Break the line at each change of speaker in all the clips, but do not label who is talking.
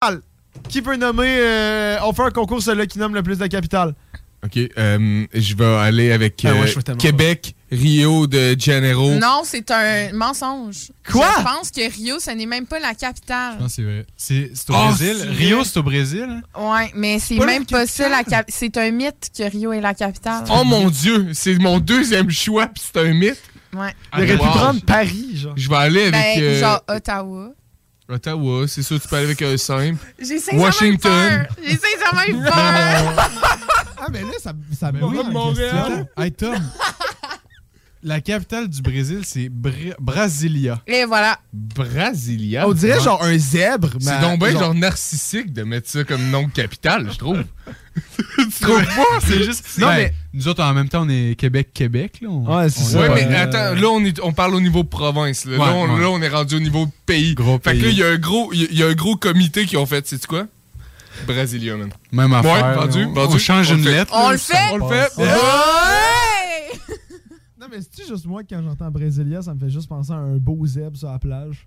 Capitale. Qui peut nommer. euh, on fait un concours, celui qui nomme le plus de capitale.
Ok, euh, je vais aller avec
Ah ouais,
euh,
je suis tellement-
Québec, Rio de Janeiro.
Non, c'est un mensonge.
Quoi?
Je pense que Rio, ce n'est même pas la capitale.
Non, Ah, c'est vrai. C'est c'est au
Oh,
Brésil.
c'est
Rio,
vrai.
c'est au Brésil. hein?
Ouais, mais c'est
Pas la
même pas ça la
capitale?
capitale. C'est un mythe que Rio est la capitale.
Oh mon dieu, c'est mon deuxième choix, puis c'est un mythe.
Ouais.
Il
Ah,
aurait pu
Ah, wow.
prendre Paris, genre.
Je vais aller avec
Ben,
euh,
genre Ottawa.
Ottawa, c'est sûr, tu peux aller avec un simple.
J'ai sincèrement
Washington.
eu peur. J'ai sincèrement eu peur.
Ah, mais là, ça, ça
Ben
me
oui,
met en
Montréal.
question. Hey, Tom, la capitale du Brésil, c'est Bra- Brasilia.
Et voilà.
Brasilia.
On dirait genre un zèbre, mais.
C'est donc bien genre narcissique de mettre ça comme nom de capitale, je trouve. tu trouves pas?
C'est juste.
Non,
Ben,
mais-
Nous autres, en même temps, on est Québec-Québec. là. On-
Ouais, c'est
on-
ça.
Ouais,
Ouais.
mais attends, là, on, est- on parle au niveau province. Là, Là,
euh, Ouais,
on,
ouais.
là, on est rendu au niveau pays.
Gros
fait que là,
pays.
il y, a un gros- il y a- il y a un gros comité qui ont fait, sais-tu quoi? Brasilia, man.
Même affaire. là,
vendu,
on,
vendu.
on change
On
une
le fait.
lettre.
On
là,
le
ça
fait.
On le
passe.
fait.
Ouais!
Non, mais c'est-tu juste moi, quand j'entends Brésilia, ça me fait juste penser à un beau zèbre sur la plage?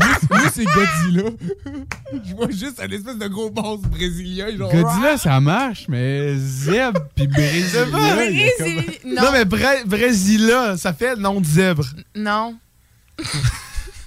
Ah, Moi, c'est Godzilla. Je vois juste un espèce de gros boss brésilien, genre.
Godzilla, ça marche, mais Zeb puis Brasilia. il y a comme-
Brésil-
Non,
Non, Eh
mais Bré- Brésila, ça fait nom de zèbre.
non.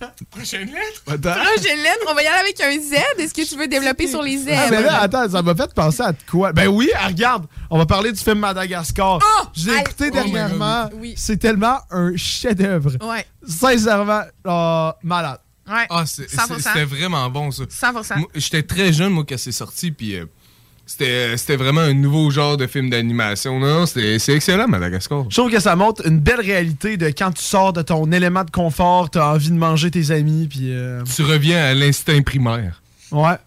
ah, Prochaine lettre?
Attends.
Ah, j'ai une lettre, on va y aller avec un Z. Est-ce que tu veux développer sur les Z?
Ah, mais là, attends, ça m'a fait penser à de quoi? Ben oui, ah, regarde, on va parler du film Madagascar.
Ah!
J'ai
Aïe.
écouté
Oh
dernièrement.
my God. Oui.
C'est tellement un chef-d'œuvre.
Ouais,
Sincèrement, euh, malade.
ouais.
Ah, c'est- c'est-
100%.
c'était vraiment bon, ça.
100%.
Moi, J'étais très jeune, moi, quand c'est sorti, puis euh, c'était c'était vraiment un nouveau genre de film d'animation. Non, non, c'était- c'est excellent, Madagascar.
Je trouve que ça montre une belle réalité de quand tu sors de ton élément de confort, t'as envie de manger tes amis, puis euh,
Tu reviens à l'instinct primaire.
ouais.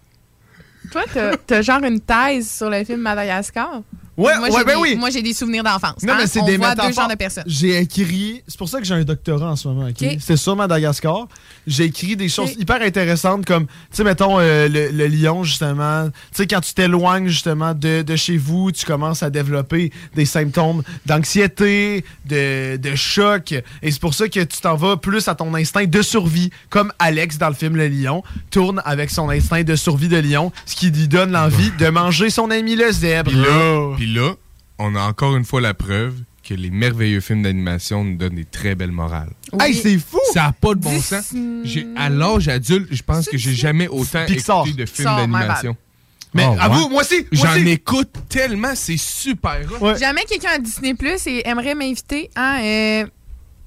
Toi, t'as- t'as genre une thèse sur le film Madagascar?
Ouais,
moi,
ouais,
j'ai
ben
des-
oui.
Moi, j'ai des souvenirs d'enfance.
Non,
hein.
mais c'est
On
des
voit
métaphores.
deux genres de personnes.
J'ai écrit, c'est pour ça que j'ai un doctorat en ce moment, ok?
Ok.
C'était sur Madagascar. J'ai écrit des choses
Ok.
hyper intéressantes comme, tu sais, mettons, euh, le, le lion, justement. Tu sais, quand tu t'éloignes, justement, de, de chez vous, tu commences à développer des symptômes d'anxiété, de, de choc. Et c'est pour ça que tu t'en vas plus à ton instinct de survie, comme Alex dans le film Le Lion tourne avec son instinct de survie de lion, ce qui lui donne l'envie de manger son ami le zèbre.
Puis là, puis là, on a encore une fois la preuve que les merveilleux films d'animation nous donnent des très belles morales.
Hey,
Oui.
c'est fou!
Ça n'a pas de bon
Dis-
sens. J'ai- À l'âge adulte, je pense que j'ai jamais autant
Pixar.
écouté de films
Pixar,
d'animation. Ah,
Mais
Oh,
à
ouais.
vous, moi aussi! moi
J'en
aussi.
écoute tellement, c'est super. hot.
Ouais.
Jamais quelqu'un à Disney Plus et aimerait m'inviter. Hein, euh,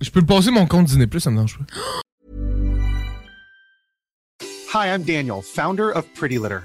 Je peux le passer mon compte Disney Plus, ça me dérange pas.
Hi, I'm Daniel, founder of Pretty Litter.